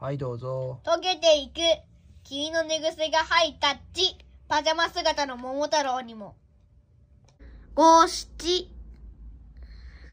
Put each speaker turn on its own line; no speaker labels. はい、どうぞ。
溶けていく君の寝癖がハイタッチパジャマ姿の桃太郎にも五七